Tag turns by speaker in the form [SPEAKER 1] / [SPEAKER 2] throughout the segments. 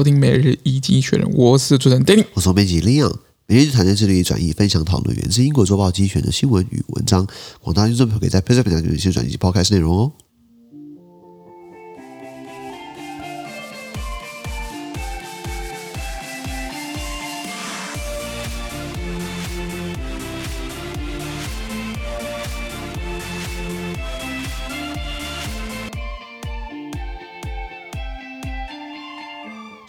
[SPEAKER 1] 收听每日一经济学人，我是主持人 Danny。
[SPEAKER 2] 我是编辑 Leon，每天日谈在这里转译、分享、讨论源自英国《周报》精选的新闻与文章。广大听众朋友可以在 p r e s 平台点击转译及 Podcast 内容哦。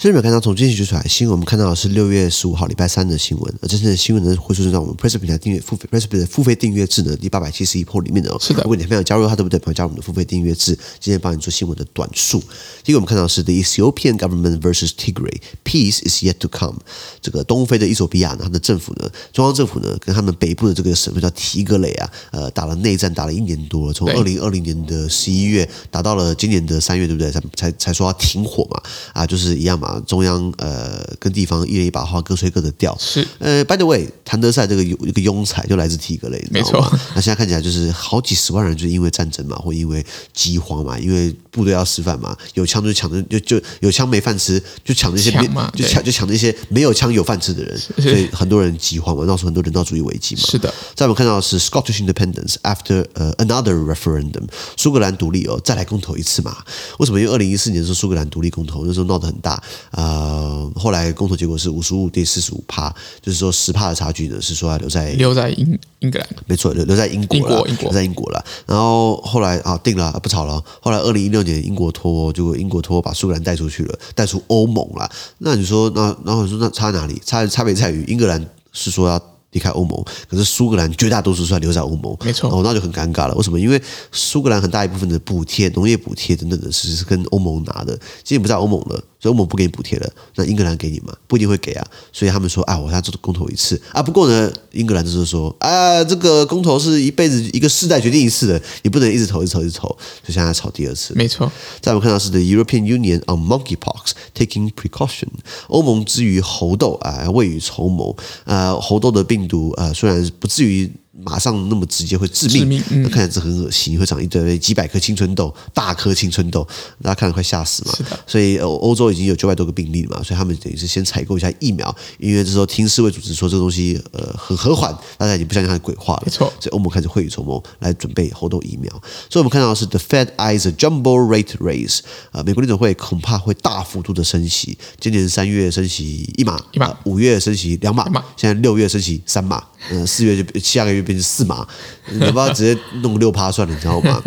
[SPEAKER 2] 这里面看到从今天起出来的新闻，我们看到的是六月十五号礼拜三的新闻，而这次的新闻呢会出现在我们 Press 平台订阅付费 Press 的付费订阅制呢第八百七十一破里面的、哦。
[SPEAKER 1] 是的
[SPEAKER 2] 如果你还没有加入的话，对不对？朋友加入我们的付费订阅制，今天帮你做新闻的短述。第一个我们看到的是 The Ethiopian government versus Tigray peace is yet to come。这个东非的伊索比亚呢，它的政府呢，中央政府呢跟他们北部的这个省份叫提格雷啊，呃，打了内战，打了一年多了，从
[SPEAKER 1] 对
[SPEAKER 2] 二零二零年的十一月打到了今年的三月，对不对？才才才说要停火嘛，啊，就是一样嘛，中央呃跟地方一人一把话，各吹各的调。
[SPEAKER 1] 是
[SPEAKER 2] 呃，by the way，谭德赛这个有一个庸才就来自提格雷，你知道吗
[SPEAKER 1] 没错。
[SPEAKER 2] 那现在看起来就是好几十万人，就是因为战争嘛，或因为饥荒嘛，因为部队要吃饭嘛，有枪就抢着就就有枪没饭吃，就抢那些没
[SPEAKER 1] 抢嘛
[SPEAKER 2] 就
[SPEAKER 1] 对
[SPEAKER 2] 抢就抢那些没有枪有饭吃的人，所以很多人饥荒嘛，闹出很多人道主义危机嘛。
[SPEAKER 1] 是的，
[SPEAKER 2] 再我们看到的是 Scottish independence after 呃 another referendum，苏格兰独立哦，再来公投一次嘛？为什么？因为二零一四年的时候苏格兰独立公投，那时候闹得很大，呃，后来公投结果是五十五对四十五趴，就是说十趴的差距呢是说要留在
[SPEAKER 1] 留在英英格兰，
[SPEAKER 2] 没错，留留在英国
[SPEAKER 1] 英国
[SPEAKER 2] 了，
[SPEAKER 1] 英国
[SPEAKER 2] 留在英国了。然后后来啊，定了啊不吵了。后来二零一六年英国脱欧，结果英国脱欧把苏格兰带出去了，带出欧盟了。那你说，那然后你说那差哪里？差差别在于英格兰是说要。离开欧盟，可是苏格兰绝大多数是要留在欧盟，
[SPEAKER 1] 没错
[SPEAKER 2] 哦，那就很尴尬了。为什么？因为苏格兰很大一部分的补贴、农业补贴等等的，其实是跟欧盟拿的。今天不在欧盟了，所以欧盟不给你补贴了，那英格兰给你嘛？不一定会给啊。所以他们说啊，我要做公投一次啊。不过呢，英格兰就是说啊，这个公投是一辈子一个世代决定一次的，你不能一直投、一直投、一直投，就现在炒第二次。
[SPEAKER 1] 没错，
[SPEAKER 2] 再我们看到是 The European Union on monkeypox taking precaution。欧盟之于猴痘啊、未雨绸缪。呃，猴痘的病毒呃，虽然不至于。马上那么直接会致命，
[SPEAKER 1] 致命嗯
[SPEAKER 2] 那看起来这很恶心，会长一堆几百颗青春痘，大颗青春痘，大家看了快吓死嘛。
[SPEAKER 1] 是的
[SPEAKER 2] 所以呃欧洲已经有九百多个病例了嘛，所以他们等于是先采购一下疫苗，因为这时候听世卫组织说这个东西呃很和缓，大家已经不相信他的鬼话了。
[SPEAKER 1] 没错
[SPEAKER 2] 所以欧盟开始会雨绸缪来准备猴痘疫苗。所以我们看到的是 The Fed eyes a jumbo rate raise，呃，美国联准会恐怕会大幅度的升息，今年三月升息一码，
[SPEAKER 1] 一码
[SPEAKER 2] 呃五、月升息两码，
[SPEAKER 1] 码
[SPEAKER 2] 现在六月升息三码，嗯、四月就下个月变成四码，你要不要直接弄六趴算了，你知道吗？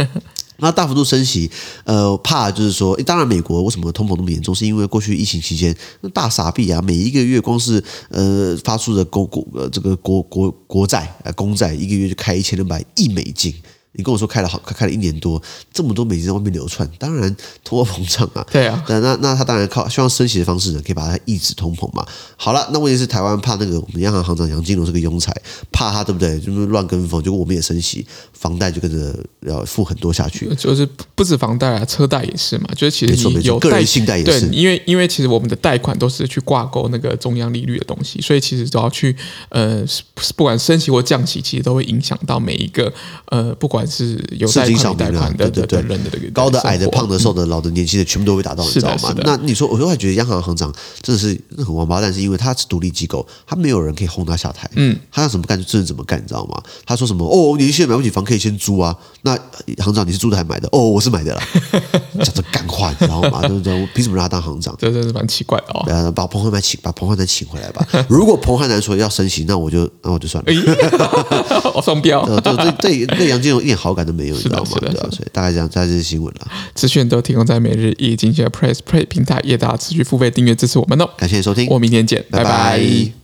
[SPEAKER 2] 那大幅度升息，呃，怕就是说，诶当然美国为什么通膨那么严重，是因为过去疫情期间那大傻逼啊，每一个月光是呃发出的国国呃这个国国国债呃公债，一个月就开一千两百亿美金。你跟我说开了好开开了一年多，这么多美金在外面流窜，当然通货膨胀啊，
[SPEAKER 1] 对啊
[SPEAKER 2] 那那那他当然靠希望升息的方式呢，可以把它抑制通膨嘛。好了，那问题是台湾怕那个我们央行行长杨金龙是个庸才，怕他对不对？就是乱跟风，结果我们也升息，房贷就跟着要付很多下去。
[SPEAKER 1] 呃就是不止房贷啊，车贷也是嘛，就是其
[SPEAKER 2] 没
[SPEAKER 1] 实
[SPEAKER 2] 错
[SPEAKER 1] 你
[SPEAKER 2] 没错
[SPEAKER 1] 有
[SPEAKER 2] 个
[SPEAKER 1] 贷
[SPEAKER 2] 人信贷也
[SPEAKER 1] 对
[SPEAKER 2] 是，
[SPEAKER 1] 因为因为其实我们的贷款都是去挂钩那个中央利率的东西，所以其实都要去呃，不管升息或降息，其实都会影响到每一个呃，不管是有
[SPEAKER 2] 社
[SPEAKER 1] 贷
[SPEAKER 2] 经
[SPEAKER 1] 款
[SPEAKER 2] 小
[SPEAKER 1] 没贷
[SPEAKER 2] 民啊
[SPEAKER 1] 款，的
[SPEAKER 2] 对
[SPEAKER 1] 的的
[SPEAKER 2] 对对，
[SPEAKER 1] 人的这个
[SPEAKER 2] 高的、矮的、
[SPEAKER 1] 生活啊
[SPEAKER 2] 胖的、瘦的、老的、年轻的，全部都会打到，你
[SPEAKER 1] 是
[SPEAKER 2] 知
[SPEAKER 1] 的
[SPEAKER 2] 道吗
[SPEAKER 1] 是的？
[SPEAKER 2] 那你说，我就会觉得央行行长真的是很王八蛋，是因为他是独立机构，他没有人可以轰他下台，嗯，他想怎么干就真的怎么干，你知道吗？他说什么哦，年轻人买不起房可以先租啊，那行长你是租的还买的？哦，我是买 的啦，讲这干话，你知道吗？对不对？我凭什么让他当行长？
[SPEAKER 1] 这真是蛮奇怪的 哦。
[SPEAKER 2] 呃，把彭汉南请，把彭汉南请回来吧。如果彭汉南说要升息，那我就那我就算了。
[SPEAKER 1] 哦，哎双标，
[SPEAKER 2] 呃，对对对，对杨金龙一点好感都没有，你知道吗？
[SPEAKER 1] 是的
[SPEAKER 2] 对
[SPEAKER 1] 是的
[SPEAKER 2] 啊，所以大概这样，大概这是新闻了。
[SPEAKER 1] 资讯都提供在每日易经济的 Press Play 平台，也大家持续付费订阅支持我们哦。
[SPEAKER 2] 感谢收听，
[SPEAKER 1] 我们明天见，拜
[SPEAKER 2] 拜
[SPEAKER 1] 拜
[SPEAKER 2] 拜